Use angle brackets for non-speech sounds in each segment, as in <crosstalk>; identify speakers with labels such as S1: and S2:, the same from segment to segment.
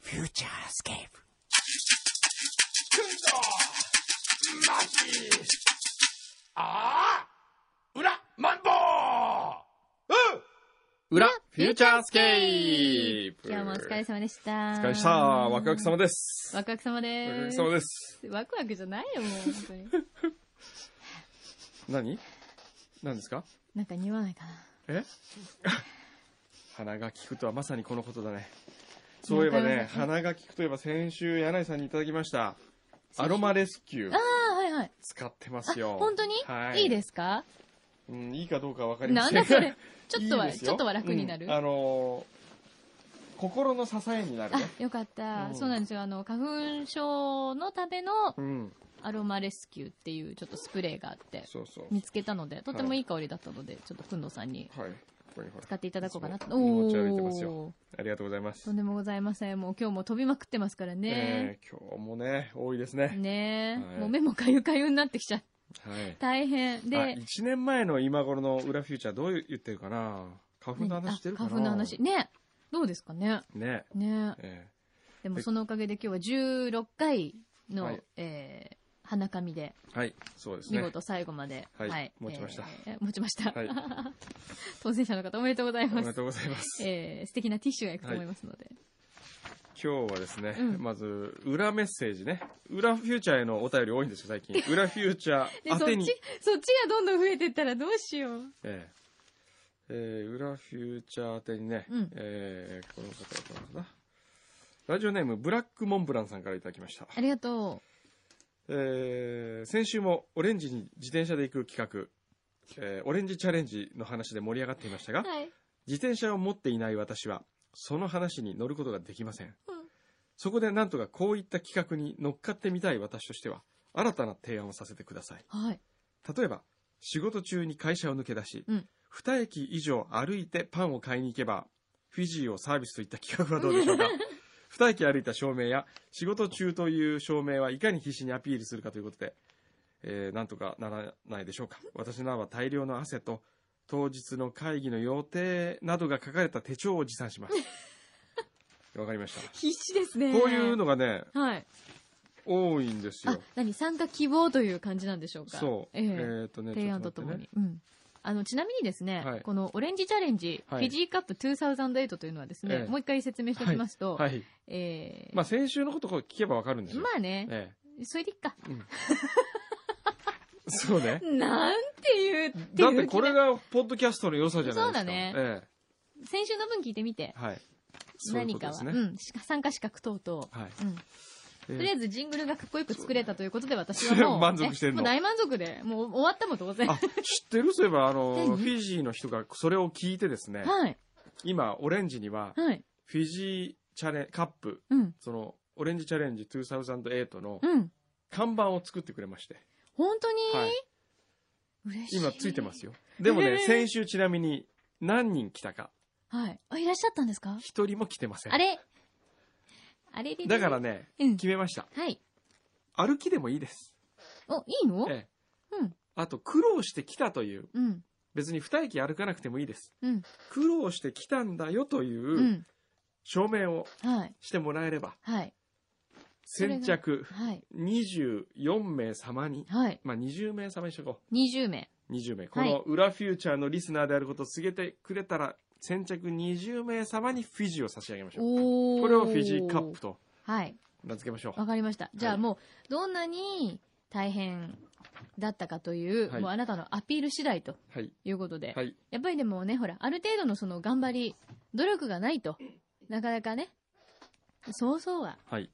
S1: フューチャースケープ。
S2: ああ裏マンボ
S1: 裏、フューチャースケープ。
S3: 今日もお疲れ様でし
S1: お
S3: た。お
S1: 疲れした。ワクワク様です。
S3: ワクワク様で
S1: ワクワク
S3: す。
S1: 様です。
S3: ワクワクじゃないよ、もう、本当に。
S1: 何何ですか
S3: なんか匂わないかな。
S1: <laughs> え鼻が効くとはまさにこのことだね。そういえば
S3: わかり
S1: ね
S3: ま、した
S1: 鼻が効くといえば先週、柳井さんにいただきました。アロマレスキュー
S3: ああ、はいはい。
S1: 使ってま
S3: あ
S1: すよ。、
S3: 本当に、
S1: はい。。
S3: いですすか
S1: うん、いいかどうかわかりま
S3: な
S1: せん
S3: んだそれ。ちょっ
S1: <laughs>
S3: と
S1: い
S3: は、
S1: いです
S3: ち
S1: よ
S3: ょっとは楽になる。
S1: うんあのー心の支えになるね。
S3: あ、よかった、
S1: うん
S3: そうなんですよ。あの、花粉症のための
S1: うん。
S3: アロマレスキューっていうちょっとスプレーがあって、
S1: そうそう。
S3: 見つけたので、とてもいい香りだったので、ちょっとくんどうさんに
S1: はい。これほら
S3: 使っていただこうかなと。
S1: いつも
S3: お
S1: 持ち歩いてます
S3: ー
S1: よ。ありがとうございます
S3: とん。でもございません。もう今日も飛びまくってますからね。
S1: えー今日もね、多いですね。
S3: ねえ、
S1: はい
S3: もう目もかゆかゆになってきちゃう。
S1: はい。
S3: 大変。で、
S1: あ1年前の今頃の裏フューチャーどう言ってるかな花粉の話してるか
S3: あ
S1: な
S3: 花粉の話。ねどうですかね
S1: ね
S3: ね
S1: え
S3: でもそのおかげで今日は16回の、
S1: はい
S3: えー花紙で、
S1: えはいそうです
S3: 見
S1: ね
S3: 事最後まで、
S1: はい持ちました
S3: えー持ちました。 <laughs>
S1: はい
S3: 当選者の方おめでとうござい
S1: おめ
S3: ま。
S1: ですとうございます
S3: えー素敵なティッシュがいくと思いますので。
S1: 今日はですね、
S3: うん
S1: まず裏メッセージね裏フューチャーへのお便り多いんですよ
S3: <laughs>
S1: 最近裏フューチャー
S3: で、
S1: 宛
S3: そっ
S1: てに
S3: ち、そっちがどんどん増えてったらどうしよう。
S1: えええー裏フューチャー宛てにね、
S3: うん
S1: えーこの方はどうかなラジオネームブラックモンブランさんからいただきました
S3: ありがと
S1: えー先週もオレンジに自転車で行く企画、えーオレンジチャレンジの話で盛り上がっていました
S3: う。
S1: が
S3: はい。
S1: 自転車を持っていない私はその話に乗ることができません、
S3: ん
S1: そこでなんとかこういった企画に乗っかってみたい私としては新たな提案をさせてください
S3: はい。
S1: 例えば仕事中に会社を抜け出し、
S3: うん
S1: 2駅以上歩いてパンを買いに行けばフィジーをサービスといった企画はどうでし
S3: <laughs>
S1: ょうか2駅歩いた証明や仕事中という証明はいかに必死にアピールするかということで、えーなんとかならないでしょうか私ならば大量の汗と当日の会議の予定などが書かれた手帳を持参します
S3: <laughs>
S1: わかりました
S3: 必死ですね。
S1: こういう。のがね
S3: はい。
S1: 多いんです
S3: あ
S1: よ、
S3: 何参加希望という感じなんでしょうか
S1: そう
S3: ええ
S1: ーとね
S3: 提案と
S1: ち
S3: と
S1: ょっ
S3: も
S1: 待って
S3: に。
S1: ね
S3: うん。あの、ちなみにですね、
S1: はい
S3: このオレンジチャレンジ、
S1: はい
S3: フィジーカップ2008というのはですね、
S1: ええ
S3: もう一回説明しておきますと、
S1: はい
S3: えー
S1: まあ先週のことを聞けばわかるんですよ
S3: まあね、
S1: え
S3: それでいっか。
S1: え。うん、そう
S3: <laughs>
S1: ね。
S3: なんていうっていう気
S1: だ
S3: が
S1: ってこれがポッドキャストの良さじゃないですか。
S3: そうだね
S1: え
S3: 先週の分聞いてみて
S1: え、はい。そういう
S3: 何
S1: こと
S3: か
S1: で
S3: は
S1: すね。
S3: うん、しか参加資格等々。
S1: はい。
S3: うん、と
S1: ええ
S3: りあえずジングルがかっこよく作れたということで私はも
S1: <laughs>
S3: う
S1: 満足してんの
S3: えもう大満足でもう終わったも当然
S1: あ、知ってるそうい <laughs> えば、あの、
S3: 何
S1: フィジーの人がそれを聞いてですね、
S3: はい
S1: 今、オレンジには、
S3: はい
S1: フィジーチャレン、カップ、
S3: うん
S1: その、オレンジチャレンジ2008の
S3: うん
S1: 看板を作ってくれまして、
S3: 本当に、
S1: はい。
S3: 嬉しい
S1: 今ついてますよ。でもね、
S3: ええ
S1: 先週ちなみに何人来たか、
S3: はいあいらっしゃったんですか
S1: 一人も来てません。
S3: あれあれれれ
S1: だからね、
S3: うん。
S1: 決めました。
S3: はい。
S1: 歩きでもいいです。
S3: お、いいの
S1: ええ
S3: うん
S1: あと苦労してきたという
S3: うん。
S1: 別に二駅歩かなくてもいいです
S3: うん。
S1: 苦労してきたんだよと
S3: う。
S1: いうん証明を
S3: はい。
S1: してもらえれば
S3: はい。それ
S1: 先
S3: が
S1: 着
S3: はい。
S1: 24名様に、
S3: はい。
S1: まあ、20名様にしとこ
S3: 20名。
S1: う20名この「裏フューチャー」のリスナーであることを告げてくれたら先着20名様にフィジーを差し上げましょう
S3: おー
S1: これをフィジーカップ。と
S3: はい。
S1: 名付けましょう
S3: わかりました。じゃ
S1: は
S3: あ
S1: い
S3: もう、どんなに大変だったかという、
S1: はい
S3: もうあなたのアピール次第と
S1: はい
S3: いうことで、
S1: はい
S3: やっぱりでもね、ほら、ある程度のその頑張り、努力がないと、なかなかね、そうそうは、
S1: はい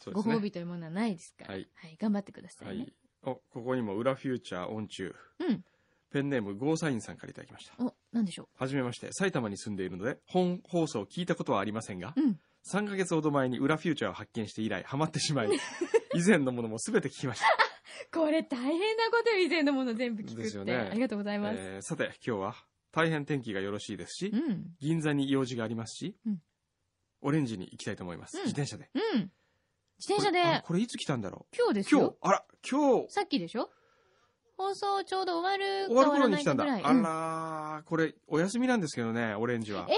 S1: そうで
S3: ご
S1: すね
S3: 褒美というものはないですから、
S1: はい
S3: 頑張ってくださ
S1: はい
S3: ね。
S1: いおここにも「裏フューチャーオン中」
S3: うん。
S1: ペンネームゴーサインさんからいただきました
S3: お、なんでしょ
S1: はじめまして、埼玉に住んでいるので、本放送を聞いたことはありませんが
S3: う。、うん。
S1: 3ヶ月ほど前に裏フューチャーを発見して以来、ハマって
S3: <laughs>
S1: しまい、以前のものも全て聞きました。
S3: これ大変なことよ、以前のもの全部聞く
S1: で
S3: っ
S1: す
S3: て。
S1: よね
S3: ありがとうございます。
S1: えーさて、今日は、大変天気がよろしいですし
S3: う、ん。
S1: 銀座に用事がありますし
S3: うん、
S1: オレンジに行きたいと思います。
S3: うん
S1: 自転車で。
S3: うん。自転車で
S1: これあ、これいつ来たんだろ
S3: 今日で
S1: う
S3: す
S1: 今日
S3: よ。
S1: あら今日
S3: さっきでしょ放送ちょうど終わるか
S1: 終
S3: 終
S1: わる
S3: わ
S1: 頃
S3: ら
S1: に
S3: な
S1: 来
S3: い
S1: た
S3: か
S1: ん
S3: ぐ
S1: だ。
S3: らい。
S1: あ
S3: うん
S1: らー、これ、お休みなんですけどね、オレンジは
S3: え。
S1: え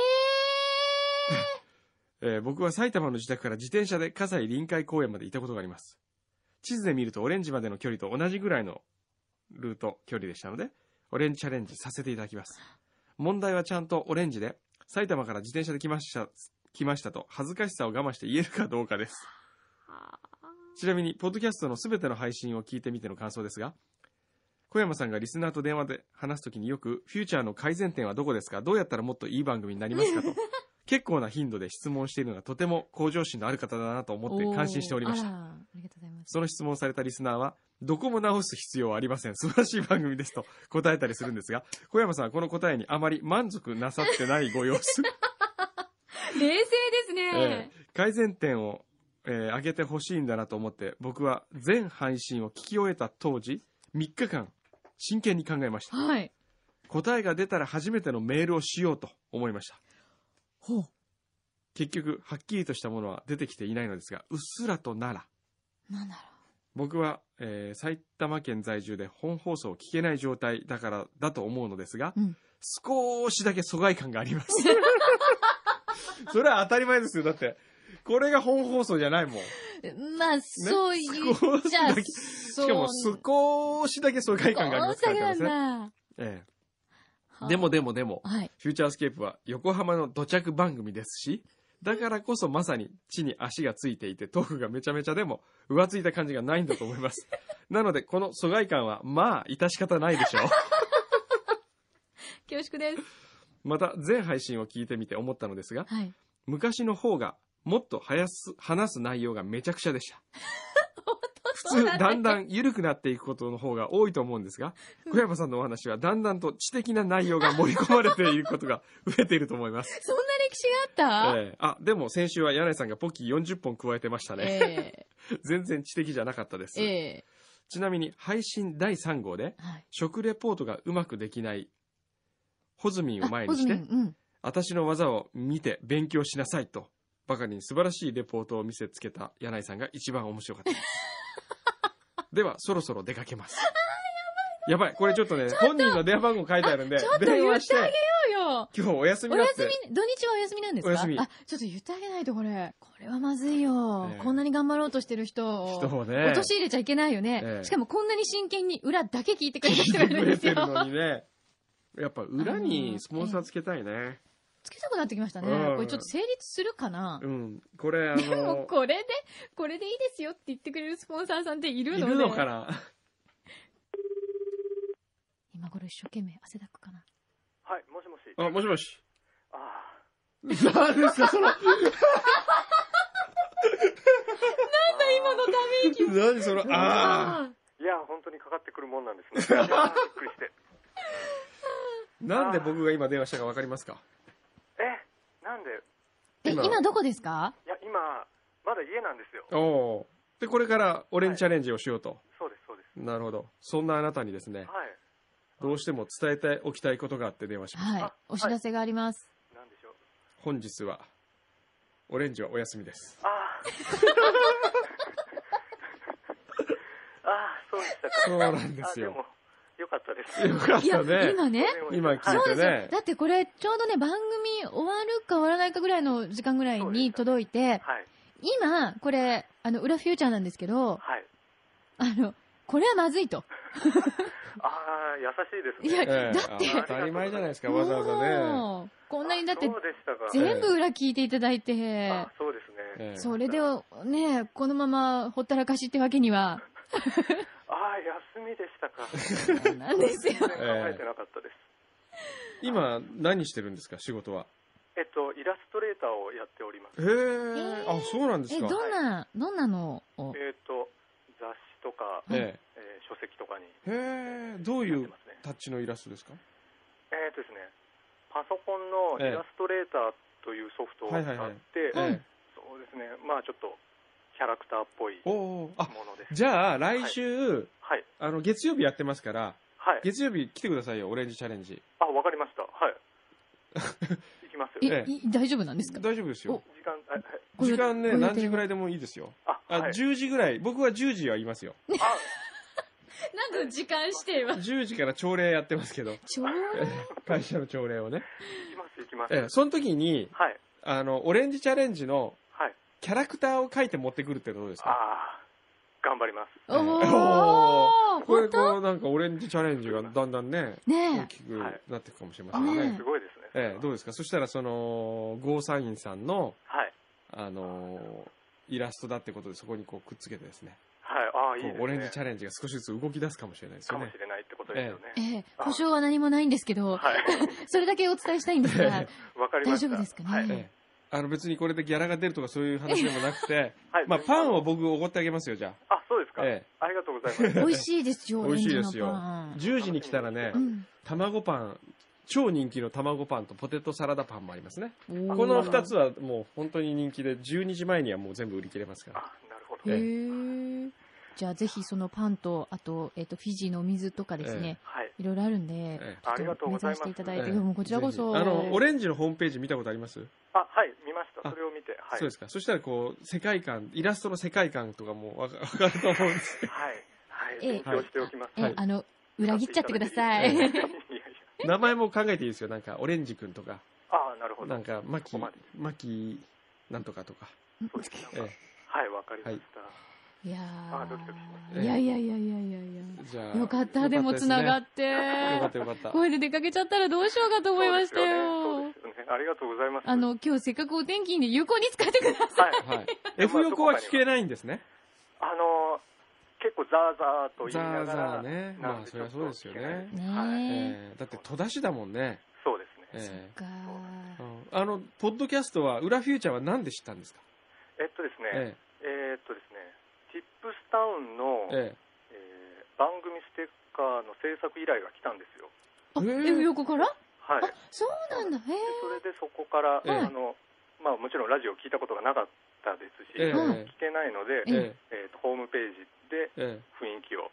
S1: ー僕は埼玉の自宅から自転車で葛西臨海公園まで行ったことがあります。地図で見るとオレンジまでの距離と同じぐらいのルート、距離でしたので、オレンジチャレンジさせていただきます。問題はちゃんとオレンジで、埼玉から自転車で来ました、来ましたと恥ずかしさを我慢して言えるかどうかです。
S3: はあ
S1: ちなみに、ポッドキャストのすべての配信を聞いてみての感想ですが、小山さんがリスナーと電話で話すときによく、フューチャーの改善点はどこですかどうやったらもっといい番組になりますかと、 <laughs> 結構な頻度で質問しているのがとても向上心のある方だなと思って感心しておりまし
S3: お
S1: た。
S3: ーあらありがとうございます。
S1: その質問されたリスナーは、どこも直す必要はありません。素晴らしい番組ですと答えたりするんですが、小山さんはこの答えにあまり満足なさってないご様子。
S3: 冷静ですね。
S1: ええ改善点を、えー上げてほしいんだなと思って僕は全配信を聞き終えた当時3日間真剣に考えました
S3: はい。
S1: 答えが出たら初めてのメールをしようと思いました
S3: ほう。
S1: 結局はっきりとしたものは出てきていないのですがうっすらとなら
S3: なんだろ
S1: 僕は、えー埼玉県在住で本放送を聞けない状態だからだと思うのですが、
S3: うん
S1: 少しだけ疎外感があります <laughs> それは当たり前ですよだってこれが本放送じゃないもん
S3: う。まあ、そう言っちゃ、
S1: 少しだけ
S3: し
S1: しかも少しだけ疎外感がありますからね
S3: なん。だ。
S1: ええ
S3: はあ
S1: でも、でもでも、
S3: はい。
S1: フューチャースケープは横浜の土着番組ですし、だからこそまさに地に足がついていてトークがめちゃめちゃで
S3: <laughs>
S1: も浮ついた感じがないんだと思います。なのでこの疎外感はまあ致し方ないでしょう。 <laughs>
S3: 恐縮です。
S1: また全配信を聞いてみて思ったのですが、
S3: はい。
S1: 昔の方がもっと話す話す内容がめちゃくちゃでした。普
S3: <laughs> そ
S1: 通
S3: うだね
S1: だんだん緩くなっていくことの方が多いと思うんですが小山さんのお話はだんだんと知的な内容が盛り込まれていることが <laughs> 増えていると思います、
S3: そんな歴史があった
S1: ええあでも先週は柳井さんがポッキー40本加えてましたね、
S3: え
S1: 全然知的じゃなかったです、
S3: ええ
S1: ちなみに配信第3号で
S3: えはい。
S1: 食レポートがうまくできないホズミンを <laughs> 前にし
S3: あ
S1: て
S3: ホズミンうん。
S1: 私の技を見て勉強しなさいとばかりに素晴らしいレポートを見せつけた柳井さんが一番面白かったです
S3: <laughs>
S1: ではそろそろ出かけますやばいこれちょっとね本人の電話番号書いてあるんで
S3: ちょっと
S1: 電話し
S3: 言ってあ
S1: て
S3: そうよ。
S1: 今日お休み
S3: お
S1: だっ
S3: 休
S1: て
S3: み、土日はお休みなんですか
S1: お休み
S3: あ、ちょっと言ってあげないと、これ。これはまずいよ。
S1: ええ
S3: こんなに頑張ろうとしてる人を。
S1: 人をね
S3: 落とし入れちゃいけないよね。
S1: ええ
S3: しかもこんなに真剣に裏だけ聞いてくれる
S1: 聞い
S3: 人が
S1: て
S3: い
S1: く
S3: るんで
S1: れ
S3: す
S1: て <laughs>
S3: よ
S1: る。のにねやっぱ裏にスポンサーつけたいね
S3: つけたくなってきましたね。
S1: うん
S3: これちょっと成立するかな
S1: う、んこれあ
S3: でも
S1: の
S3: これで、これでいいですよって言ってくれるスポンサーさんっている
S1: い
S3: ので
S1: るのかな
S3: 今頃一生懸命汗だくかな。
S4: はい、もしもし。
S1: あもしもし
S4: ああ。
S1: <laughs> 何ですかその
S4: なんだ今の。
S1: 何そのああ
S4: いや、本当にかかってくるもんなんですね。いやびっくりして。
S1: なんで僕が今電話したかわかりますか
S4: え、なんで、
S3: え、
S1: 今
S3: 今どこですか
S4: いや、今、まだ家なんですよ。
S1: おおー。で、これからオレンジチャレンジをしようと。
S4: そうです、そうです。
S1: なるほど。そんなあなたにですね、
S4: はい。
S1: どうしても伝えておきたいことがあって電話します。
S3: はい
S4: あ。
S3: お知らせがあります。
S4: なんでしょう。
S1: 本日は、オレンジはお休みです。
S4: ああ。
S1: <laughs>
S4: ああ、そうでしたか。
S1: そうなんです
S4: あ
S1: よ
S4: で。も、よかったです。
S1: よかっ
S3: いや
S1: た、ね。
S3: 今ね。
S1: 今聞
S3: そ
S1: い
S3: う
S1: て
S3: ですよ
S1: ね。
S3: だってこれ、ちょうどね、番組終わるか終わらないかぐらいの時間ぐらいに届いて、
S4: はい、
S3: 今、これ、あの、裏フューチャーなんですけど、
S4: はい。
S3: あの、これはまずいと。
S4: ああ、優しいですね。
S3: いや
S1: ええ
S3: だって
S1: あ当たり前じゃないですか、わざわざね。
S3: もうこんなにだって
S4: そう、でしたか。
S3: 全部裏聞いていただいて
S4: あ、そうですね。
S1: ええ
S3: それで、ね、このままほったらかしってわけには、
S1: <laughs>
S4: ああ、休みでしたか。
S3: なんですよ。
S4: 全然考えてなかったです。
S1: 今、何してるんですか、仕事は。
S4: えっと、イラストレーターをやっております。
S1: へえ。あ、そうなんで
S3: え、
S1: すか。
S3: どんな、どんなのを、
S4: えっと、雑誌とか、え
S1: え
S4: ー書籍とかに
S1: え。へえ。どうい
S4: やって
S1: う
S4: ますね。
S1: タッチのイラストですか
S4: えっとですね、パソコンのイラストレーターというソフトを使
S1: はい
S4: っ
S1: はいはい
S4: て、
S1: ええ。
S4: そうですね、まあちょっとキャラクターっぽい
S1: お
S4: も
S1: おーあ、
S4: のです。
S1: じゃあ、来週、
S4: はい、
S1: あの、月曜日やってますから、
S4: はい。
S1: 月曜日来てくださいよ、オレンジチャレンジ。
S4: あ、わかりました。
S1: <laughs>
S4: はい。いきます
S3: い
S4: よ。
S1: ええ
S3: い大丈夫なんですか
S1: 大丈夫ですよ。
S4: 時間、あはい
S3: お
S1: 時間
S3: ご
S1: ね、
S3: 予定
S1: 何時ぐらいでもいいですよ。
S4: あ、
S1: あ、
S4: はい。
S1: 10時ぐらい。僕は10時は言い
S3: <laughs>
S1: ますよ。
S4: あ、
S3: なんか時間指定は。
S1: 10時から朝礼やってますけど、
S3: ちょうど
S1: 会社の朝礼をね。
S4: 行きます、行きます。
S1: ええ、その時に、
S4: はい。
S1: あの、オレンジチャレンジの
S4: はい。
S1: キャラクターを描いて持ってくるってどうですか
S4: ああ、頑張ります。
S3: おー
S1: おーこれ
S3: 本
S1: こ
S3: 当
S1: うなんかオレンジチャレンジがだんだんね、大
S3: ね
S1: きくなっていくかもしれま
S4: あ
S1: せん
S4: あ
S1: ね
S3: ね。
S4: すごいですね。
S1: ええ、どうですかそしたら、その、ゴーサインさんの、
S4: はい。
S1: あのーイラストだってことで、そこにこうくっつけてですね、
S4: はい。ああ、いい
S1: こ
S4: ですね。
S1: うオレンジチャレンジが少しずつ動き出すかもしれないです
S4: か
S1: よ
S4: も
S1: ね
S4: し。れないってことですよ
S3: え。
S4: ね。
S3: ええ、故障は何もないんですけど、
S4: はい。
S3: それだけお伝えしたいんですが
S1: <laughs> え、
S4: わかりました。
S3: 大丈夫ですかね
S4: はい
S3: ええ
S1: ええ、あの別にこれでギャラが出るとかそういう話でもなく
S4: <laughs>
S1: て、
S4: はい。
S1: まあパンを僕おごってあげますよ、じゃ
S4: あ、そうですか。
S1: あ。え
S4: ありがとうご
S1: <laughs>
S4: ざいます。
S3: 美味しいですよ、
S1: 美味しいですよ
S3: オレンジのパ
S1: え、
S3: ン
S1: 10時に来たらね
S3: う、ん
S1: 卵パン、超人気の卵パンとポテトサラダパンもありますね。
S3: おー
S1: この2つはもう本当に人気で、12時前にはもう全部売り切れますから。
S4: あ、なるほ
S3: へ
S4: ど。
S3: え。じゃあぜひそのパンと、あと、えっ、と、フィジーのお水とかですね、
S4: はい。
S3: いろいろあるんで、
S1: ええ
S3: ちょっ
S4: ありがとうございます
S3: 目指していただ
S1: え
S3: いて、
S1: え
S3: いやもうこちらこそ。
S1: ぜひあの、オレンジのホームページ見たことあります
S4: あ、はい。見まし
S1: あ
S4: た。それを見て。はい。
S1: そうですか。そしたらこう、世界観、イラストの世界観とかもわかわかると思うんです
S4: <laughs>
S1: け
S4: はい。はい。
S3: ええ
S4: 勉強しておきます。
S3: ええ
S1: はい
S3: あの、裏切っちゃってくださ
S4: いや
S3: い。
S4: いやいや。
S1: ど、名前も考えていいですよ。なんか、オレンジくんとか、
S4: <laughs> ああ、なるほ
S3: <laughs>
S4: ど。
S1: な
S4: は
S1: んか、マキ
S4: ここまで、
S1: マキ、なんとかとか。え
S4: い、わかりました。
S3: いや
S4: あドキドキし
S1: ま
S3: ー
S1: す
S3: いやいやいやいやいやい
S1: えじゃあ。
S3: や。よかった、でも繋がって。
S1: よかったよかった。
S3: 声で出かけちゃったらどうしようかと思いました
S4: そう
S3: よ
S4: で。すねそうですよね。ありがとうございます。
S3: あ、の、今日せっかくお天気いいんで有効に使ってください。
S4: はい。 <laughs>
S1: はい。F 横は聞けないんですね。
S4: あの、結構ザーザーと
S1: ザ
S4: 言いな
S1: ーザ
S4: がら。
S1: ーね。
S4: な
S1: ま
S4: ん
S1: あ、
S4: で
S1: そりゃそうですよね。
S4: ちょっと聞けないはい。
S3: ね
S1: ええだって、戸出しだもんね。
S4: そうですね。
S1: え
S3: か
S1: えうんあの、ポッドキャストは、裏フューチャーは何で知ったんですか
S4: えっとですね、
S1: え
S4: えーっとですね、チップスタウンの
S1: え、え
S4: えー番組ステッカーの制作依頼が来たんですよ。
S3: あ、
S1: えー
S3: F 横から
S4: は
S3: あ
S4: い。で、
S3: そうなんだ。へ
S4: それでそこから、
S1: ええ
S4: あの、まあもちろんラジオ聞いたことがなかったですし、
S1: ええ
S4: 聞けないので
S1: え、え
S4: えーっと、ホームページで
S1: ええ
S4: 雰囲気を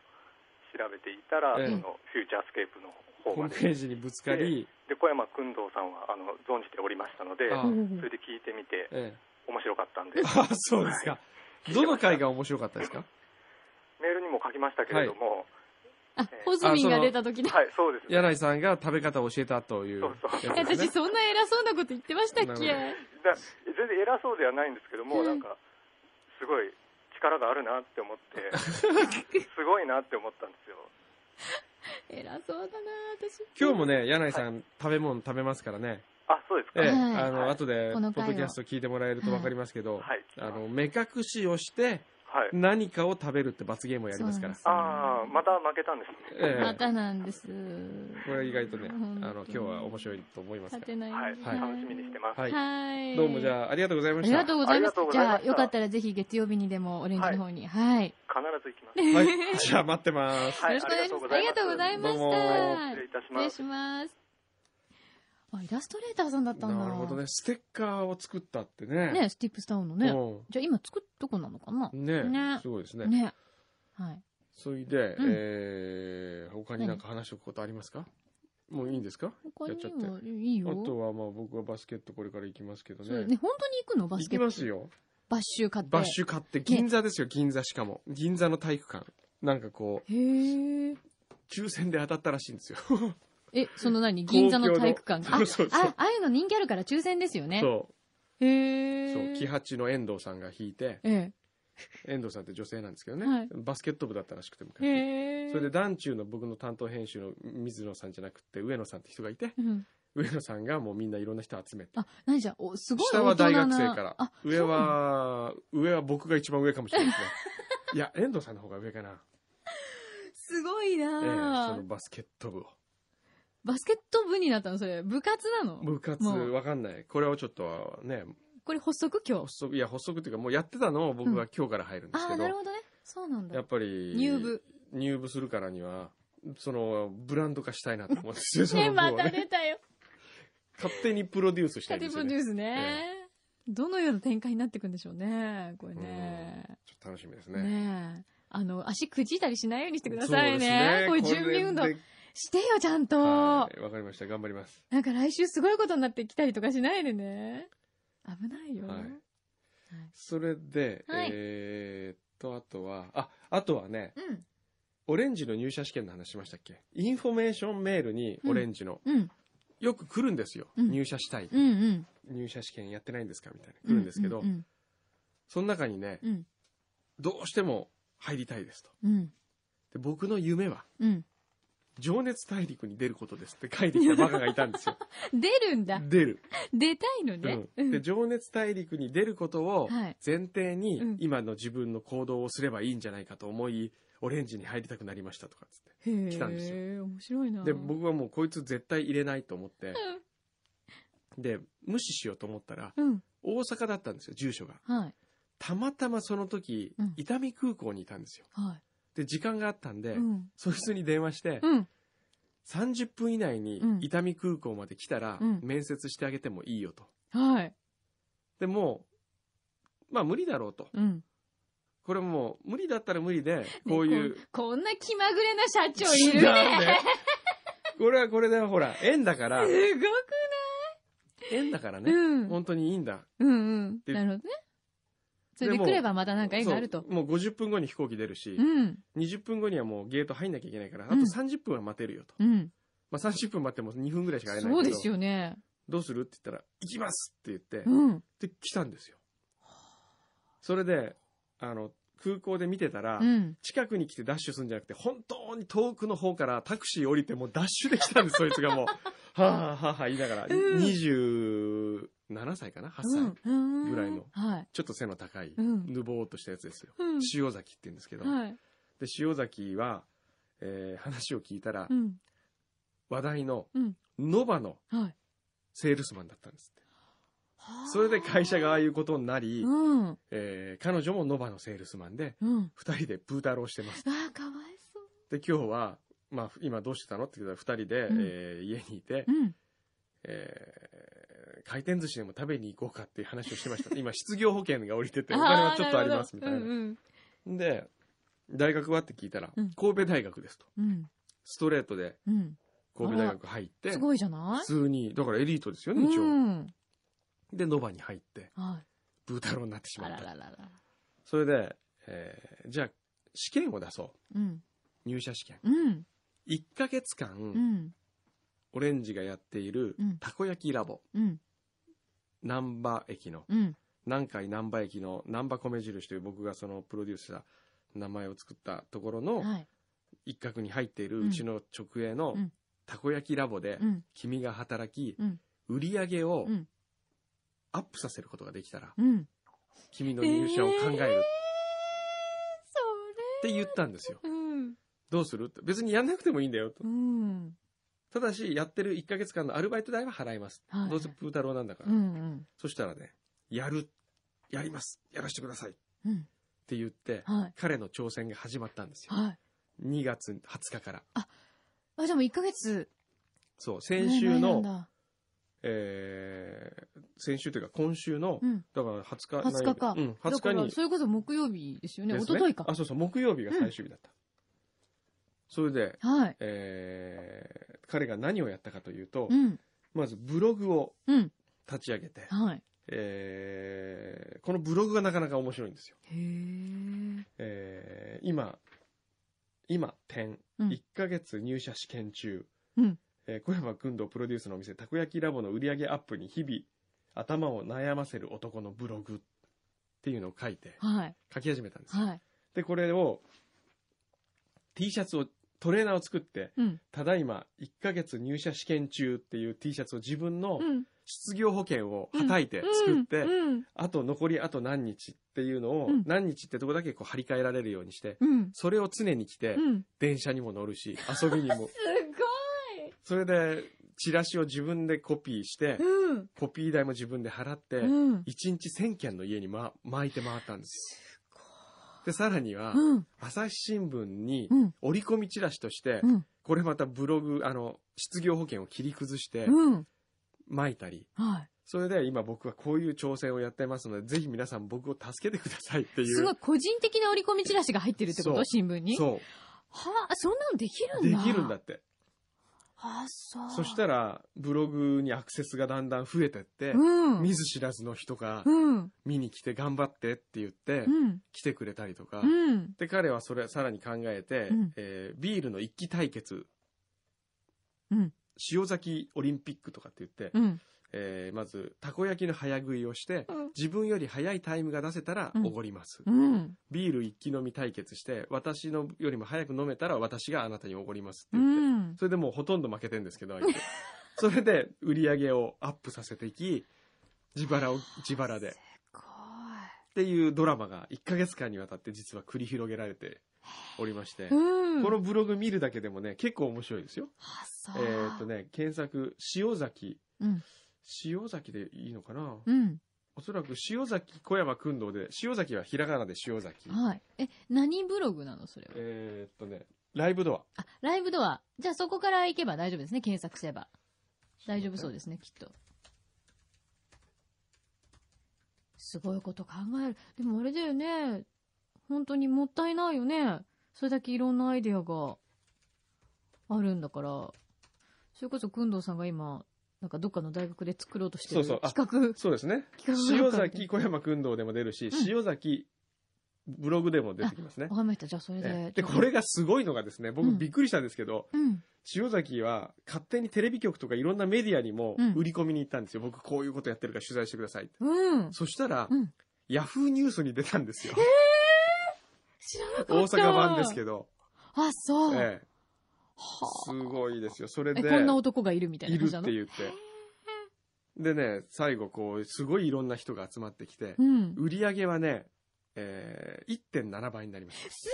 S4: 調べていたら、
S1: ええ
S4: そのフューチャースケープの
S1: ホ
S4: 方
S1: ー
S4: ま
S1: ムペー
S4: で
S1: ジにぶつかり、
S4: で小山君堂さんはあの存じておりましたので
S1: あ
S3: え。
S1: あ
S4: それで聞いてみて
S1: ええ
S4: 面白かったんで
S1: ああ、そうですか。どの回が面白かったですか
S4: メールにも書きましたけれども、
S3: あ、ホズミンが出た時だ。
S4: はい、そうですね。
S1: 柳井さんが食べ方を教えたという
S4: そうそう
S1: やつですね
S3: <laughs> 私そんな偉そうなこと言ってましたっけ
S1: な
S4: だ全然偉そうではないんですけども、
S3: うん
S4: なんか、すごい力があるなって思って、すごいなって思ったんですよ。
S3: 偉そうだな私。
S1: 今日もね、柳井さん、食べ物食べますからね。
S4: あ、そうですか。
S1: ええ、
S3: はい
S1: あの、
S4: はい
S1: 後で、ポ
S3: この回
S1: ッ
S3: を
S1: ドキャスト聞いてもらえるとわかりますけど、
S4: はい。
S1: あの、目隠しをして、
S4: はい。
S1: 何かを食べるって罰ゲームをやりますから。
S3: そう
S4: ああ、また負けたんですね。
S1: ええ
S3: またなんです。
S1: これ意外とね、
S3: うん
S1: あの、今日は面白いと思います
S3: 勝
S1: か
S3: てない。
S4: はい。
S1: はい
S4: 楽しみにしてます。
S1: ら。はい。
S3: はい。
S1: どうもじ
S3: あ。
S1: ゃあ、ありがとうございま
S3: あ
S1: し
S3: り
S1: た。
S3: がとうございまし
S4: ありがと
S3: た。
S4: うご
S3: じ
S4: ざいま
S3: ゃあ、
S4: した
S3: よかったらぜひ月曜日にでもオレンジの方に。はい。
S4: 必ず行きます。
S1: はい。 <laughs> じゃあ、待ってます。
S4: は
S3: よろしくお願いします。ありがとうございま
S1: どう
S3: し
S1: も
S3: た。
S4: 失礼いたし
S3: 失
S4: ま
S3: 礼
S4: す
S3: し。ます。あ、イラストレーターさんだったんだ。
S1: なるほどね。。ステッカーを作ったってね。
S3: ね、スティップスタウンのね。
S1: うん
S3: じゃあ今作っとこなのかな
S1: ね
S3: ね
S1: すごいですね。
S3: ね。はい。
S1: それで、
S3: うん
S1: えー、他になんか話しておくことありますかもういいんですか
S3: 他
S1: やっちゃ
S3: に
S1: って
S3: もいい
S1: あ
S3: よ。
S1: とはまあ僕はバスケットこれから行きますけど
S3: そう
S1: ね。
S3: ね、本当に行くのバ
S1: 行
S3: ス
S1: き
S3: ケット。
S1: ますよ。
S3: バッシュ買って。
S1: バッシュ買って、銀座ですよ、銀座しかも。銀座の体育館。なんかこう、
S3: へえ。
S1: 抽選で当たったらしいんですよ。
S3: え、その何銀座の体育館が。
S1: 公共の
S3: あ、
S1: そうそうそう
S3: あ、ああいうの人気あるから抽選ですよ
S1: <laughs>
S3: ね。
S1: そ
S3: へ
S1: う。
S3: え。
S1: そう、木八の遠藤さんが弾いて、
S3: え
S1: 遠藤さんって女性なんですけどね。
S3: はい
S1: バスケット部だったらしくて
S3: え。
S1: 昔。
S3: へえ。
S1: それで、団中の僕の担当編集の水野さんじゃなくて上野さんって人がいて、 <laughs>
S3: うん。
S1: 上野さんがもうみんないろんな人集めて。
S3: あ、何じゃ、お、すごい
S1: 下
S3: 大人
S1: は
S3: な。
S1: 大学生から
S3: あ、。
S1: 上は、上は僕が一番上かもしれない
S3: <laughs>
S1: ですね。いや、遠藤さんの方が上かな。
S3: すごい
S1: ええそ
S3: な
S1: の
S3: ぁ
S1: バスケット部を。
S3: バスケット部になったのそれ。部活なの
S1: 部活、
S3: もう
S1: わかんない。これをちょっとね、
S3: これ発足今
S1: 発
S3: 日。
S1: 足、いや、発足っていうか、もうやってたのを僕は今日から入るんです
S3: あ
S1: け
S3: あ、
S1: ど、
S3: なるほどね。そうなん
S1: や
S3: だ
S1: っ。ぱり、
S3: 入部。
S1: 入部するからには、その、ブランド化したいなと思うんですよ、その
S3: <laughs> ね、
S1: 部
S3: ま
S1: を
S3: た
S1: ね。
S3: 出たよ。
S1: 勝手にプロデュースした
S3: カ
S1: いん
S3: テ
S1: です
S3: プ
S1: よ、
S3: ロデ
S1: ね。
S3: ュースね。どのような展開になっていくんでしょうね。これね。
S1: ちょっと楽しみですね。
S3: ねえ。あの、足くじいたりしないようにしてください
S1: そ
S3: ね。
S1: う
S3: こういう
S1: ですね
S3: 準備運動
S1: これで
S3: してよ、ちゃんと。
S1: はいわかりました。頑張ります。
S3: なんか来週すごいことになってきたりとかしないでね。危ないよ。
S1: はい
S3: はい
S1: それで、
S3: はい
S1: えーっと、あとは、あ、あとはね、
S3: うん。
S1: オレンジの入社試験の話しましたっけインフォメーションメールにオレンジの、
S3: うん。
S1: よく来るんですよ。
S3: うん
S1: 入社したい。
S3: うんうん。
S1: 入社試験やってないんですかみたいな来るんですけど、
S3: うんうん
S1: その中にね、
S3: うん
S1: どうしても入りたいですと。
S3: うん
S1: で僕の夢は、
S3: うん
S1: 情熱大陸に出ることですって書いてきたバカがいたんです
S3: <laughs>
S1: よ。
S3: 出るんだ
S1: 出る。
S3: 出たいのね
S1: う、
S3: うんん
S1: で、情熱大陸に出ることを
S3: はい
S1: 前提に、
S3: うん
S1: 今の自分の行動をすればいいんじゃないかと思い、オレンジに入りたくなりましたとかっつっ
S3: へえ
S1: 来たんです
S3: 面白いな
S1: て。で、僕はもうこいつ絶対入れないと思って、で、無視しようと思ったら、
S3: うん
S1: 大阪だったんですよ、住所が。
S3: はい
S1: たまたまその時、
S3: うん
S1: 伊丹空港にいたんですよ。
S3: は
S1: で、時間があったんで、
S3: いうん
S1: そいつに電話して、
S3: うん
S1: 30分以内に
S3: うん
S1: 伊丹空港まで来たら、
S3: うん
S1: 面接してあげてもいいよと。
S3: はい
S1: でもう、まあ無理だろうと。
S3: うん
S1: これもう無理だったら無理で、こういう。
S3: ねこんこんな気まぐれな社長いる
S1: なんで
S3: ね
S1: これはこれでほら、縁だから
S3: すご、く
S1: 縁だから
S3: う
S1: ね。
S3: んうん
S1: 本当にいいんだ。
S3: うん
S1: で
S3: なるほどねそれで
S1: でも
S3: 来ればまたなんか絵があると
S1: そうもう50分後に飛行機出るし
S3: う、ん
S1: 20分後にはもうゲート入んなきゃいけないから、あと
S3: うん
S1: 30分は待てるよと。
S3: うん
S1: まあ30分待っても2分ぐらいしか会えないけ
S3: そ
S1: ど。
S3: うですよね
S1: どうするって言ったら、行きますって言って、
S3: うん
S1: で、来たんですよ。それで、あの、空港で見てたら、
S3: うん
S1: 近くに来てダッシュするんじゃなくて、本当に遠くの方からタクシー降りて、もうダッシュで来たんで
S3: <laughs>
S1: す、そいつがもう。はぁはぁはぁはぁ言いながら、
S3: うん
S1: 27歳かな ?8 歳、
S3: うん
S1: ぐらいの
S3: はい
S1: ちょっと背の高い、
S3: うん
S1: ぬぼーっとしたやつですよ。
S3: うん
S1: 塩崎って言うんですけど、
S3: はい
S1: で、塩崎は、えー話を聞いたら、
S3: うん
S1: 話題の
S3: うん、
S1: ノバの
S3: はい
S1: セールスマンだったんですって。それで会社がああいうことになり、
S3: うん
S1: えー彼女もノバのセールスマンで、
S3: うん
S1: 二人でプー太郎してます。
S3: あーかわいそう
S1: で、今日は、まあ、今どうしてたのって言ったら二人で、
S3: うん
S1: えー家にいて、
S3: うん
S1: えー回転寿司でも食べに行こうかっていう話をしてま
S3: <laughs>
S1: した。今、失業保険が降りてて、お金はちょっとありますみたい
S3: あー
S1: な。
S3: るほど
S1: で、大学はって聞いたら
S3: うん、
S1: 神戸大学ですと。
S3: うんうん
S1: ストレートで
S3: うんうん
S1: 神戸大学入って、
S3: す
S1: 普
S3: ごいじゃない
S1: 通に、だからエリートですよね、一
S3: う
S1: 応。
S3: ん
S1: で、ノバに入って、
S3: はい
S1: ブー太郎になってし
S3: あ
S1: まっ
S3: ら
S1: た。
S3: ららら
S1: それで、えーじゃあ、試験を出そう。
S3: うん
S1: 入社試験。
S3: うん
S1: 1ヶ月間、
S3: うん
S1: オレンジがやっている
S3: うん
S1: たこ焼きラボ、
S3: うん
S1: 難波駅の、
S3: うん
S1: 南海難波駅の難波米印という僕がそのプロデュースした名前を作ったところの
S3: はい
S1: 一角に入っている
S3: うん
S1: うちの直営の
S3: うん
S1: たこ焼きラボで
S3: うん
S1: 君が働き
S3: うん、
S1: 売り上げを
S3: うん
S1: アップさせることができたら
S3: うん
S1: 君の入社を考え
S3: えー
S1: る
S3: そ
S1: って言ったんですよ。
S3: れうん
S1: どうするって別にやんなくてもいいんだよと
S3: う。ん
S1: ただしやってる1ヶ月間のアルバイト代は払います
S3: は。い
S1: どうせプー太郎なんだか
S3: うんう
S1: ら。
S3: ん
S1: そしたらね、やる、やります、やらせてくださいっ
S3: うん
S1: て言って、
S3: はい
S1: 彼の挑戦が始まったんですよ。
S3: はい
S1: 2月20日から。
S3: あじゃあもう1ヶ月
S1: そう、先週
S3: ぐらいな
S1: の、
S3: んだ
S1: えー、先週というか今週の、
S3: うん
S1: だから20日
S3: 20日
S1: 何曜
S3: か
S1: 日うん、
S3: だ
S1: 20日
S3: か
S1: に
S3: らそれこそ木曜日ですよね
S1: で
S3: 一
S1: すね
S3: 昨日か
S1: あ、そうそう、木曜日が最終日だった。それで、
S3: はい
S1: えー、彼が何をやったかというと、
S3: うん
S1: まずブログを
S3: うん
S1: 立ち上げて、
S3: はい
S1: えー、このブログがなかなか面白いんですよ。
S3: へえ
S1: えー今、今、点、
S3: うん
S1: 1ヶ月入社試験中、
S3: うん
S1: えー小山君堂プロデュースのお店、たこ焼きラボの売り上げアップに日々、頭を悩ませる男のブログっていうのを書いて、
S3: はい
S1: 書き始めたんですよ。
S3: はい
S1: で、これを、T シャツを、トレーナーを作って、
S3: うん
S1: ただいま1ヶ月入社試験中っていう T シャツを自分の
S3: うん
S1: 失業保険をはたいて作って、
S3: うん
S1: あと残りあと何日っていうのを、
S3: うん
S1: 何日ってとこだけこう張り替えられるようにして、
S3: うん
S1: それを常に着て、
S3: うん
S1: 電車にも乗るし、
S3: <laughs>
S1: 遊びにも。それで、チラシを自分でコピーして
S3: すごい、うん
S1: コピー代も自分で払って、
S3: うん
S1: 1日1000件の家に、ま、巻いて回ったんですよ。で、さらには、
S3: うん
S1: 朝日新聞に
S3: うん
S1: 折り込みチラシとして、
S3: うん
S1: これまたブログ、あの、失業保険を切り崩して、
S3: うん
S1: 巻いたり、
S3: は
S1: それで今僕はこういう挑戦をやってますので、ぜひ皆さん僕を助けてくださいってい。
S3: いうすごい個人的な折り込みチラシが入ってるってこ
S1: そう
S3: と新聞に
S1: そ
S3: はあそんなのでき
S1: う。
S3: る
S1: で
S3: んだ
S1: きるんだって。
S3: あそう
S1: そしたら、ブログにアクセスがだんだん増えてって、
S3: うん
S1: 見ず知らずの人が
S3: うん
S1: 見に来て頑張ってって言って
S3: う、ん
S1: 来てくれたりとか
S3: う、ん
S1: で、彼はそれさらに考えて
S3: うん、
S1: えービールの一気対決
S3: うん、
S1: 塩崎オリンピックとかって言って
S3: う、ん
S1: えーまず、たこ焼きの早食いをして
S3: うん、
S1: 自分より早いタイムが出せたら
S3: うん
S1: おごります。
S3: うん。
S1: ビール一気飲み対決して、私のよりも早く飲めたら私があなたにおごりますっ
S3: う
S1: て言って、
S3: ん。
S1: それでもうほとんど負けてんですけど、相
S3: <laughs>
S1: 手それで売り上げをアップさせていき、自腹を、自腹で。っ
S3: 怖
S1: ていうドラマが1ヶ月間にわたって実は繰り広げられておりまして
S3: い。、うん。
S1: このブログ見るだけでもね、結構面白いですよ。
S3: あ、そう。
S1: えーっとね、検索、塩崎。
S3: うん
S1: 塩崎でいいのかな、
S3: うん。
S1: おそらく塩崎小山君堂で、塩崎はひらがなで塩崎。
S3: はい。え、何ブログなのそれは。
S1: えーっとね、ライブドア。
S3: あ、ライブドア。じゃあそこから行けば大丈夫ですね。検索すれば。大丈夫そう
S1: で
S3: ですね、きっと。すごいこと考える。でもあれだよね。本当にもったいないよね。それだけいろんなアイデアがあるんだから。それこそ、くんどうさんが今、なんかどっかの大学で作ろうとしてる
S1: そうそう
S3: 企
S1: あ
S3: 画。
S1: す。そうですね。
S3: 企画
S1: 塩
S3: なんかみたい
S1: 崎小山君堂でも出るし、塩崎ブログでも出てきますね
S3: わ。かりました。じゃあそれで。
S1: ええで、これがすごいのがですね、
S3: う
S1: 僕
S3: ん
S1: びっくりしたんですけど、
S3: うん。
S1: 塩崎は勝手にテレビ局とかいろんなメディアにも
S3: うん
S1: 売り込みに行ったんですよ。僕こういうことやってるから取材してくださいって。
S3: うん。
S1: そしたら、
S3: うん
S1: ヤフーニュースに出たんですよ。
S3: 知らなかった。
S1: 大阪版ですけど。
S3: あ、そう。
S1: ええ、
S3: は
S1: すごいですよ。それ
S3: あ、え
S1: で、
S3: こんな男がいるみたいない
S1: る
S3: 感
S1: っ
S3: じ
S1: て
S3: なの
S1: 言って。でね、最後こう、すごいいろんな人が集まってきて、
S3: うん。
S1: 売り上げはね、えー、1.7倍になりました。す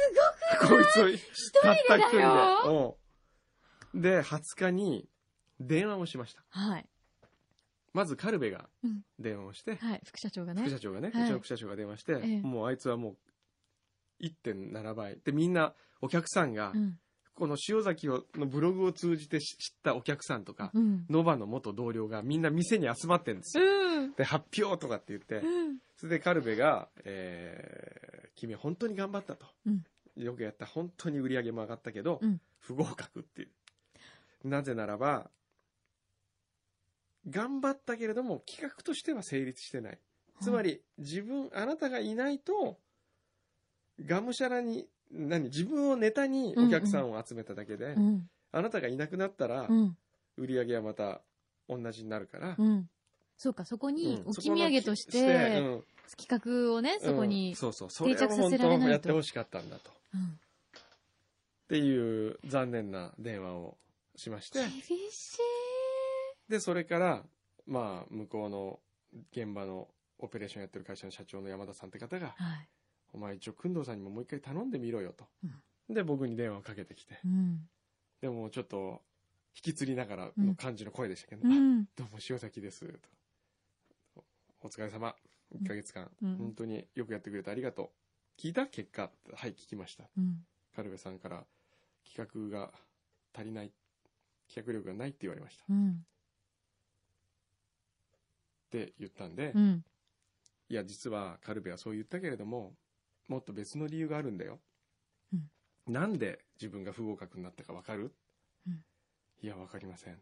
S1: ごくこいつ、たった一人
S3: だよ
S1: うんで、20日に電話をしました。
S3: はい。
S1: まずカルベが
S3: うん
S1: 電話をして、
S3: はい。副社長が
S1: 副
S3: ね。
S1: 社長がね、
S3: はいう
S1: ちの副社長が電話して、
S3: ええ
S1: もうあいつはもう1.7倍。で、みんな、お客さんが、
S3: うん。
S1: この塩崎をのブログを通じて知知ったお客さんとか、
S3: うん。
S1: ノバの元同僚がみんな店に集まってるんですよ。
S3: うん。
S1: で、発表とかって言って、
S3: うん。
S1: それでカルベが、えー、君は本当に頑張ったと。
S3: うん
S1: よくやった。本当に売り上げも上がったけど、
S3: うん
S1: 不合格っていう。なぜならば、頑張ったけれども企画としては成立してない。つまり、自分、あなたがいないと、がむしゃらに、何、自分をネタにお客さんを集めただけで、
S3: うん。
S1: あなたがいなくなったら
S3: う、ん。
S1: 売り上げはまた同じになるから、
S3: うん。そうか、そこに
S1: うん
S3: 置き土産
S1: そこ
S3: とし
S1: のきして
S3: て、
S1: うん
S3: 企画をね、そこ
S1: う
S3: に
S1: ん。そうそうそ
S3: 定
S1: れ
S3: 着さ
S1: を
S3: せられないと
S1: 本当はやってほしかったんだとっ
S3: うん
S1: ていう残念な電話をしまして
S3: 厳しい。
S1: でそれからまあ向こうの現場のオペレーションやってる会社の社長の山田さんって方が
S3: はい。
S1: 「お前一応工藤さんにももう一回頼んでみろよ」と
S3: うん。
S1: で僕に電話をかけてきて
S3: うん。
S1: でもちょっと引きつりながらの感じの声でしたけど
S3: う
S1: ねあ
S3: ん。
S1: <laughs> 「どうも塩崎です」と「おお疲れ様1ヶ月間
S3: うん
S1: 本当によくやってくれてありがとう」聞いた結果はい聞きました
S3: うん。
S1: カルベさんから企画が足りない、企画力がないって言われました。っ
S3: うん。
S1: て言ったんで、
S3: うん。
S1: いや、実はカルベはそう言ったけれども、もっと別の理由があるんだよ。
S3: うん
S1: なんで自分が不合格になったかわかる、
S3: うん
S1: いや、わかりません。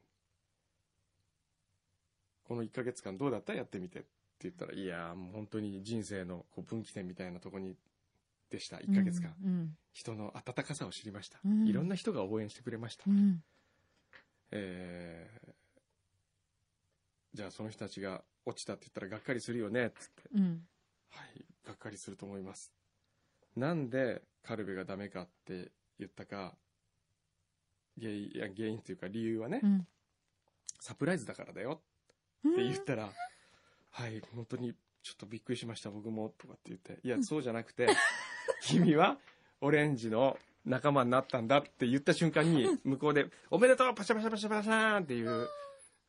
S1: この1ヶ月間どうだったやってみてって言ったら、いや、もう本当に人生のこう分岐点みたいなとこに、でした。1ヶ月間。
S3: うん。
S1: 人の温かさを知りました。
S3: うん
S1: いろんな人が応援してくれました
S3: う。ん。
S1: えーじゃあその人たちが落ちたって言ったらがっかりするよねっつって、
S3: うん。
S1: はい、がっかりすると思います。なんでカルベがダメかって言ったか、原因、いや原因というか理由はね、
S3: うん。
S1: サプライズだからだよ
S3: う
S1: って言
S3: ん
S1: ったら、はい、本当にちょっとびっくりしました、僕も、とかって言って、いや、そうじゃなくて、 <laughs> 君はオレンジの仲間になったんだって言った瞬間に、向こうで、おめでとうパシャパシャパシャパシャーンっていう、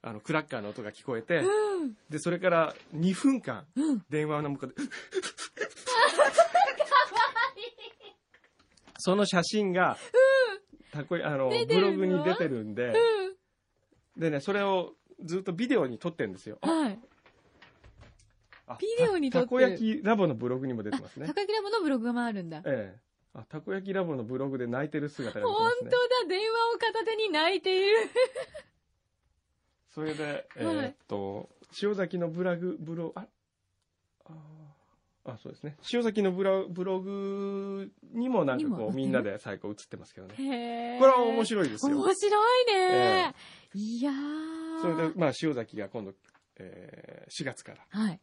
S1: あの、クラッカーの音が聞こえて、で、それから2分間、電話の向こう <laughs> で、その写真が、たこいあの、
S3: 出て
S1: ブ
S3: るの
S1: ログに出てるんで、でね、それをずっとビデオに撮ってるんですよ。
S3: はい。
S1: あ
S3: ビデオに撮ってる
S1: たたこ焼きラボのブログにも出
S3: あ、
S1: てますね。
S3: 高木ラボのブログもあるんだ。
S1: ええ。あ、たこ焼きラボのブログで泣いてる姿が出てま
S3: 本
S1: す
S3: 当
S1: ね
S3: だ。、電話を片手に泣いている。
S1: それで、えーっと、塩崎のブラグ、ブロ、あ、あーあ、そうですね。塩崎のブラブログにもなんか
S3: に
S1: こ
S3: も
S1: う、みんなで最後映ってますけどね。
S3: へー
S1: これは面白いですよ。
S3: 面白いね
S1: え。
S3: いやー。
S1: それで、まあ、塩崎が今度、えー4月から
S3: はい。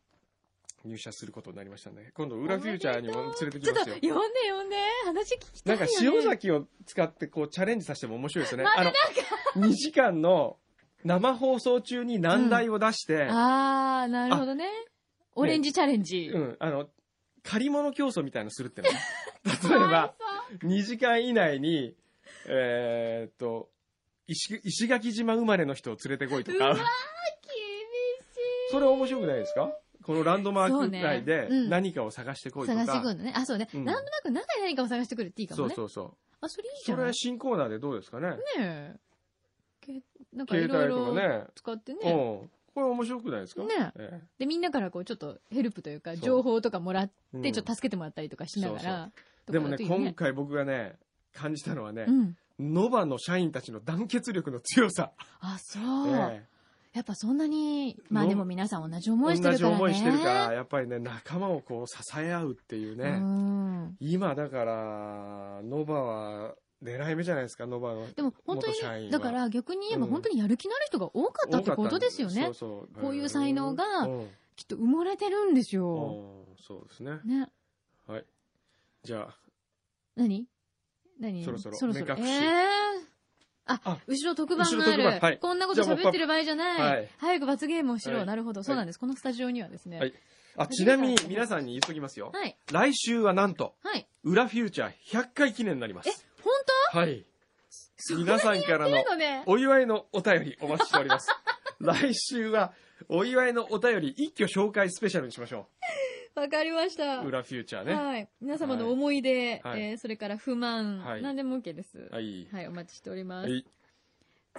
S1: 入社することになりましたね。今度、裏フューチャーにも連れて
S3: ち
S1: き
S3: ょっと、
S1: ます
S3: 呼
S1: よ
S3: ん。で呼んで、話聞きた
S1: ないんか
S3: よ、ね。
S1: 塩崎を使ってこうチャレンジさせても面白いですよね。
S3: また
S1: あの、2時間の生放送中に難題を出して、
S3: あー、なるほどね。オレンジチャレンジ。
S1: うん、あの、借り物競争みたいのするっ
S3: <laughs>
S1: てね。
S3: か
S1: 例え
S3: わ
S1: ば
S3: い、そう
S1: 2時間以内に、えーっと、石石垣島生まれの人を連れてこいと
S3: うわ
S1: か
S3: ー、
S1: それ面白くないですかこのランドマーク内で
S3: そうねうん
S1: 何かを探してこ
S3: 厳
S1: い
S3: し
S1: と
S3: い。
S1: か。
S3: 探してくるのね。あ、そうね。
S1: うん
S3: なんとなく中に何かを探してくるっていいかも
S1: そう
S3: ね。
S1: そうそう。
S3: あ、それいいじゃ
S1: そ
S3: ん。
S1: れ
S3: ね
S1: 新コーナーでどうですかね
S3: え。けなんかい
S1: 携
S3: ろい
S1: 帯と
S3: ろ
S1: かね。
S3: 使って
S1: うん
S3: ね。。
S1: これ面白くないですか
S3: ね
S1: ええ
S3: で、みんなからこう、ちょっとヘルプというか、
S1: そう
S3: 情報とかもらっ
S1: うん
S3: て、ちょっと助けてもらったりとかしながら。
S1: でもね、
S3: とかだといいよ
S1: 今回僕がね、感じたのはね
S3: う、ん。
S1: ノバの社員たちの団結力の強さ。
S3: あ、そう。
S1: ええ
S3: やっぱそんなに、まあ
S1: の
S3: でも皆さん同じ思
S1: 同
S3: いしてる
S1: じ
S3: からね。
S1: 思いしてるから、やっぱりね、仲間をこう支え合うっていう
S3: う
S1: ね。
S3: ん。
S1: 今だから、ノバは狙い目じゃないですか、ノバの。
S3: でも本
S1: 元
S3: 当
S1: 社員
S3: に、
S1: は
S3: だから逆に言えば
S1: うん
S3: 本当にやる気のある人が多かったってことですよね。
S1: 多かったんそうそう
S3: こういう才能が
S1: うんうん
S3: きっと埋もれてるんですよ。
S1: そうですね。
S3: ね。
S1: はい。じゃあ、
S3: 何何
S1: そろそろ目
S3: え
S1: 隠し
S3: ーあ
S1: あ
S3: 後ろ特番があ
S1: 後ろ特
S3: る
S1: 番はい
S3: こんなこと喋ってる場合じゃない。
S1: じゃあもうパッはい
S3: 早く罰ゲームをしろ。
S1: はい
S3: なるほど。そうなんです。このスタジオにはですね。
S1: はいあ、ちなみに皆さんに言っときますよ。
S3: はい。
S1: 来週はなんと、
S3: はい。
S1: 裏フューチャー100回記念になりま
S3: え
S1: す。、
S3: 本
S1: はい。
S3: 当
S1: 皆さんから
S3: そう
S1: の
S3: なのね。
S1: お祝いのお便りお待ちしております。 <laughs> 来週はお祝いのお便り一挙紹介スペシャルにしましょ
S3: わかりました
S1: う。。裏フューチャーね。
S3: はい。皆様の思い出、
S1: はい
S3: えーそれから不満、
S1: はい
S3: 何でも OK です。
S1: はい。
S3: はい、お待ちしております。
S1: はい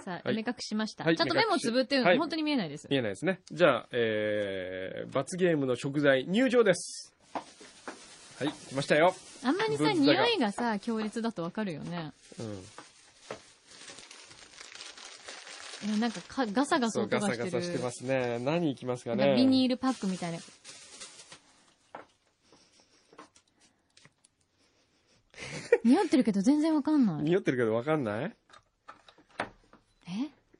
S3: さあ、
S1: はい
S3: 目隠しました。
S1: はい
S3: ちゃんと目もつぶってるの、
S1: はい
S3: 本当に見えないです。
S1: 見えないですね。じゃあ、えー、罰ゲームの食材入場です。はい、来ましたよ。
S3: あんまり
S1: ぶ
S3: さ、
S1: っだが
S3: 匂いがさ、強烈だとわかるよね。
S1: うん。
S3: いやなんかか、ガサガサ
S1: そう、
S3: 音が
S1: ガ
S3: して
S1: サガ
S3: る。
S1: サしてますね。何いきますか
S3: なん
S1: ね。
S3: かビニールパックみたい
S1: <laughs>
S3: な。似合ってるけど全然わかんない。
S1: 匂ってるけどわかんない
S3: え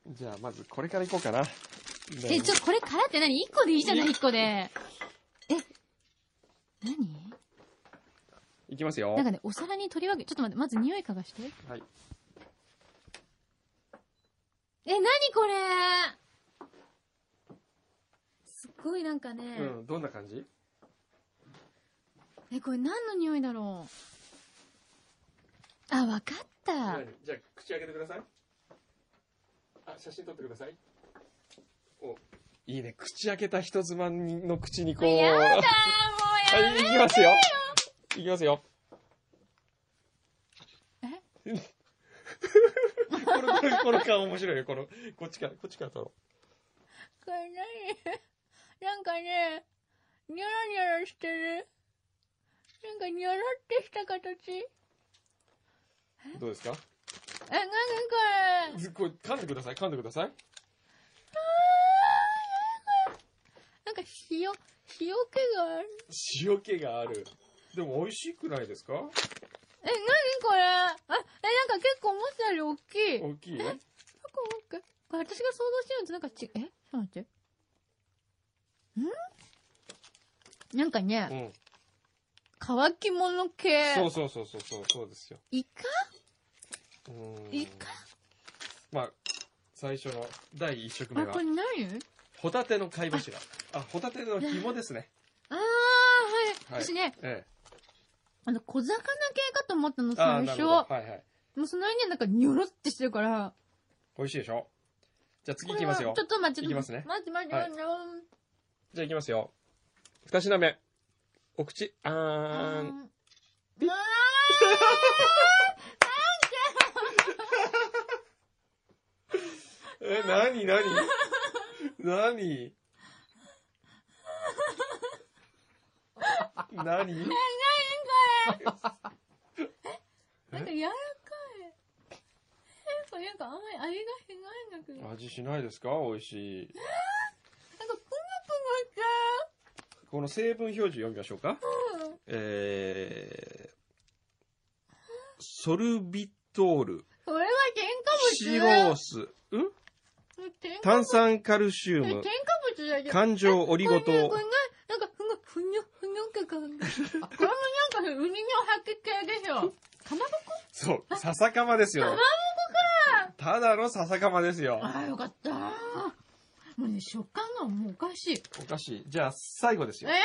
S1: じゃあ、まずこれからいこうかな。
S3: え、ちょ、これ殻って何一個でいいじゃない一個で。え何
S1: いきますよ。
S3: なんかね、お皿に取り分け、ちょっと待って、まず匂い嗅がして。
S1: はい。
S3: え、なにこれすっごいなんかね、
S1: うん、どんな感じ
S3: え、これ何の匂いだろうあ、わかった。
S1: じゃあ、口開けてください。あ、写真撮ってください。お、いいね。口開けた人妻の口にこう。
S3: やだー、もうや
S1: <laughs>
S3: だ
S1: はい、いきますよ。いきますよ。
S3: え
S1: <laughs> この、この、この顔面白いよ。この、こっちから、こっちから撮ろ
S3: これ何なんかね、ニョロニョロしてる。なんかニョロってした形。え、
S1: う。どうですか
S3: なにこれ
S1: ずこれ噛んでください、噛んでください。
S3: なんか塩、塩気がある。
S1: 塩気がある。でも美味しくないですか
S3: え、なにこれあ、え、なんか結構思ってたより大きい。なん
S1: 大
S3: か
S1: きいね。
S3: 大きい。これ私が想像してるのとなんかち、えちょっと待って。んなんか
S1: う
S3: ね、
S1: ん。
S3: 乾き物系。
S1: そうそうそうそうそう、そうですよ。
S3: イカ
S1: うーん
S3: イカ
S1: まあ、最初の第一食目
S3: あ、こ
S1: は
S3: れ、何
S1: ホタテの貝柱。あ、ホタテの紐ですね。
S3: あー、は。
S1: はいい
S3: 私ね、
S1: え
S3: あの、小魚系かと思ったの、
S1: え。あー
S3: 最
S1: な
S3: 初。
S1: るほど。はいはい。
S3: もうその間になんかニョロってしてるから。
S1: 美味しいでしょじゃあ次
S3: こ
S1: 行
S3: れ
S1: きますよ
S3: はちょ。っと待って、
S1: いきますね
S3: 待って待って
S1: はい
S3: 待って。
S1: じゃあ行きますよ。二品目。お口、あーん。
S3: あーあ
S1: え、なになになに
S3: <laughs>
S1: なに
S3: ーなんか柔らかい。え、これなんかあんまり味がしないんだけど。なんか
S1: 味しないですか美味しい。
S3: プンプンし
S1: この成分表示読みましょうか。
S3: ちゃう。
S1: えー、ソルビトール、
S3: これは
S1: シ
S3: 添加
S1: ロー
S3: 物
S1: ス、ん
S3: 添加
S1: 炭酸カルシウ
S3: 添
S1: ム、
S3: 加物だよ。れ。
S1: 感情折りごと
S3: これね、これね、なんか、ふにょ、ふにょって感じ。あ、これもなんか、ウニの吐き系でしょ。かまぼこ
S1: そう、笹かまですよ。
S3: かまぼこ
S1: ただの笹かまですよ。
S3: あーよかったー。もうね、食感がもうおかしい。
S1: おかしい。じゃあ、最後です
S3: え
S1: よ。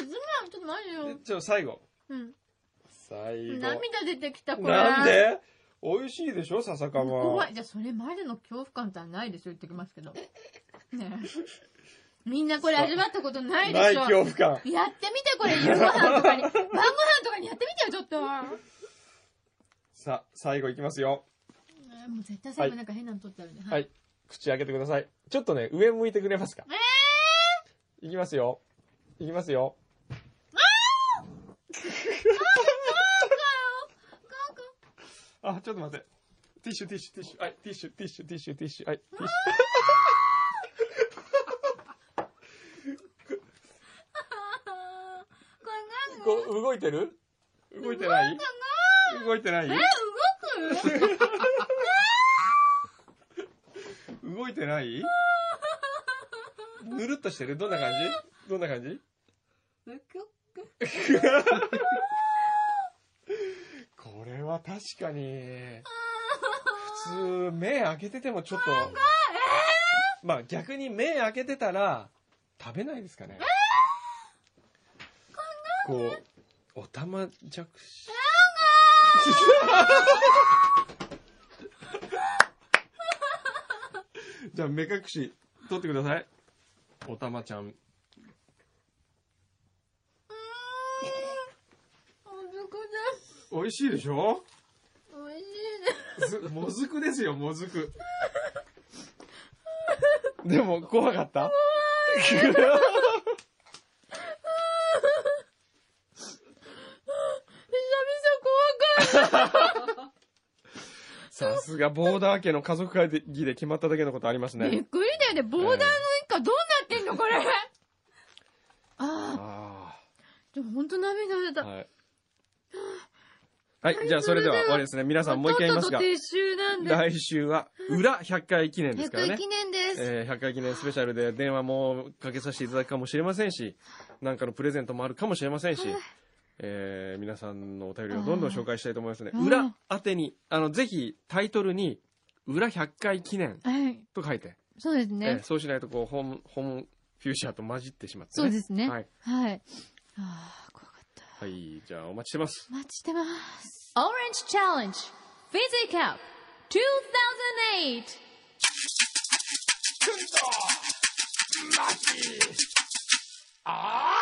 S3: ー、水が、ちょっと待ってよ
S1: え。ちょ、最後。
S3: うん。
S1: 最後。
S3: 涙出てきた、これ。
S1: なんで美味しいでしょ笹か
S3: 怖
S1: ま
S3: い。。じゃあ、それまでの恐怖感とはないですよ、言ってきますけど。ねえみんなこれ味わったことないで
S1: ない
S3: しょ。
S1: 恐怖感。
S3: やってみて、これ。夕ご飯とかに、晩ご飯とかにやってみてよ、ちょっと。
S1: さあ、最後いきますよ。
S3: えーもう絶対最後なんか変なの撮ってあるね。
S1: はい。口開けてください。ちょっとね、上向いてくれますか。いきますよ。いきますよ。あ、ちょっと待って。ティッシュ、ティッシュ、ティッシュ。はい、ティッシュ、ティッシュ、ティッシュ、ティッシュ。はい、ティッシュ。
S3: あーこれ何
S1: こう、動いてる動いてない動いてない
S3: え、動く動いて
S1: 動いてないぬるっとしてるどんな感じどんな感じこれは確かに、普通、目開けててもちょっと、まあ逆に目開けてたら、食べないですかね。こう、おたまじゃくし。じゃあ目隠し、取ってください。おたまちゃん。美味しいでしょ
S3: おいしいね。
S1: すもずくですよ、もずく。でも、怖かった
S3: 久々怖かっ
S1: さすが、ボーダー家の家族会議で決まっただけのことあります
S3: た。びっ
S1: ね。
S3: くりだよね。ボーダーの一家どうなってんの、これ。ああ、
S1: あ
S3: でもほんと涙出
S1: あ。
S3: た。
S1: はい。はい、じゃあ、それでは終わりですね。皆さん、もう一回言いますが
S3: とっ、とと撤収なんで。
S1: 来週は、裏100回記念ですから
S3: 100
S1: ね。
S3: 記念です。
S1: えー100回記念スペシャルで電話もかけさせていただくかもしれませんし、なんかのプレゼントもあるかもしれませんし、えー皆さんのお便りをどんどん紹介したいと思いますね。
S3: うん
S1: 裏宛てに、あの、ぜひタイトルに、裏100回記念
S3: はい。
S1: と書いて、
S3: そうです
S1: え
S3: ね
S1: ー。そうしないとこう、ホーム、ホームフューチャーと混じってしまって、
S3: そうですね。
S1: は
S3: はいい。はい。ああ、怖かった。
S1: はい、じゃあお待ちしてます。
S3: お待ちしてます。Orange Challenge Physic Cup 2008
S2: ああ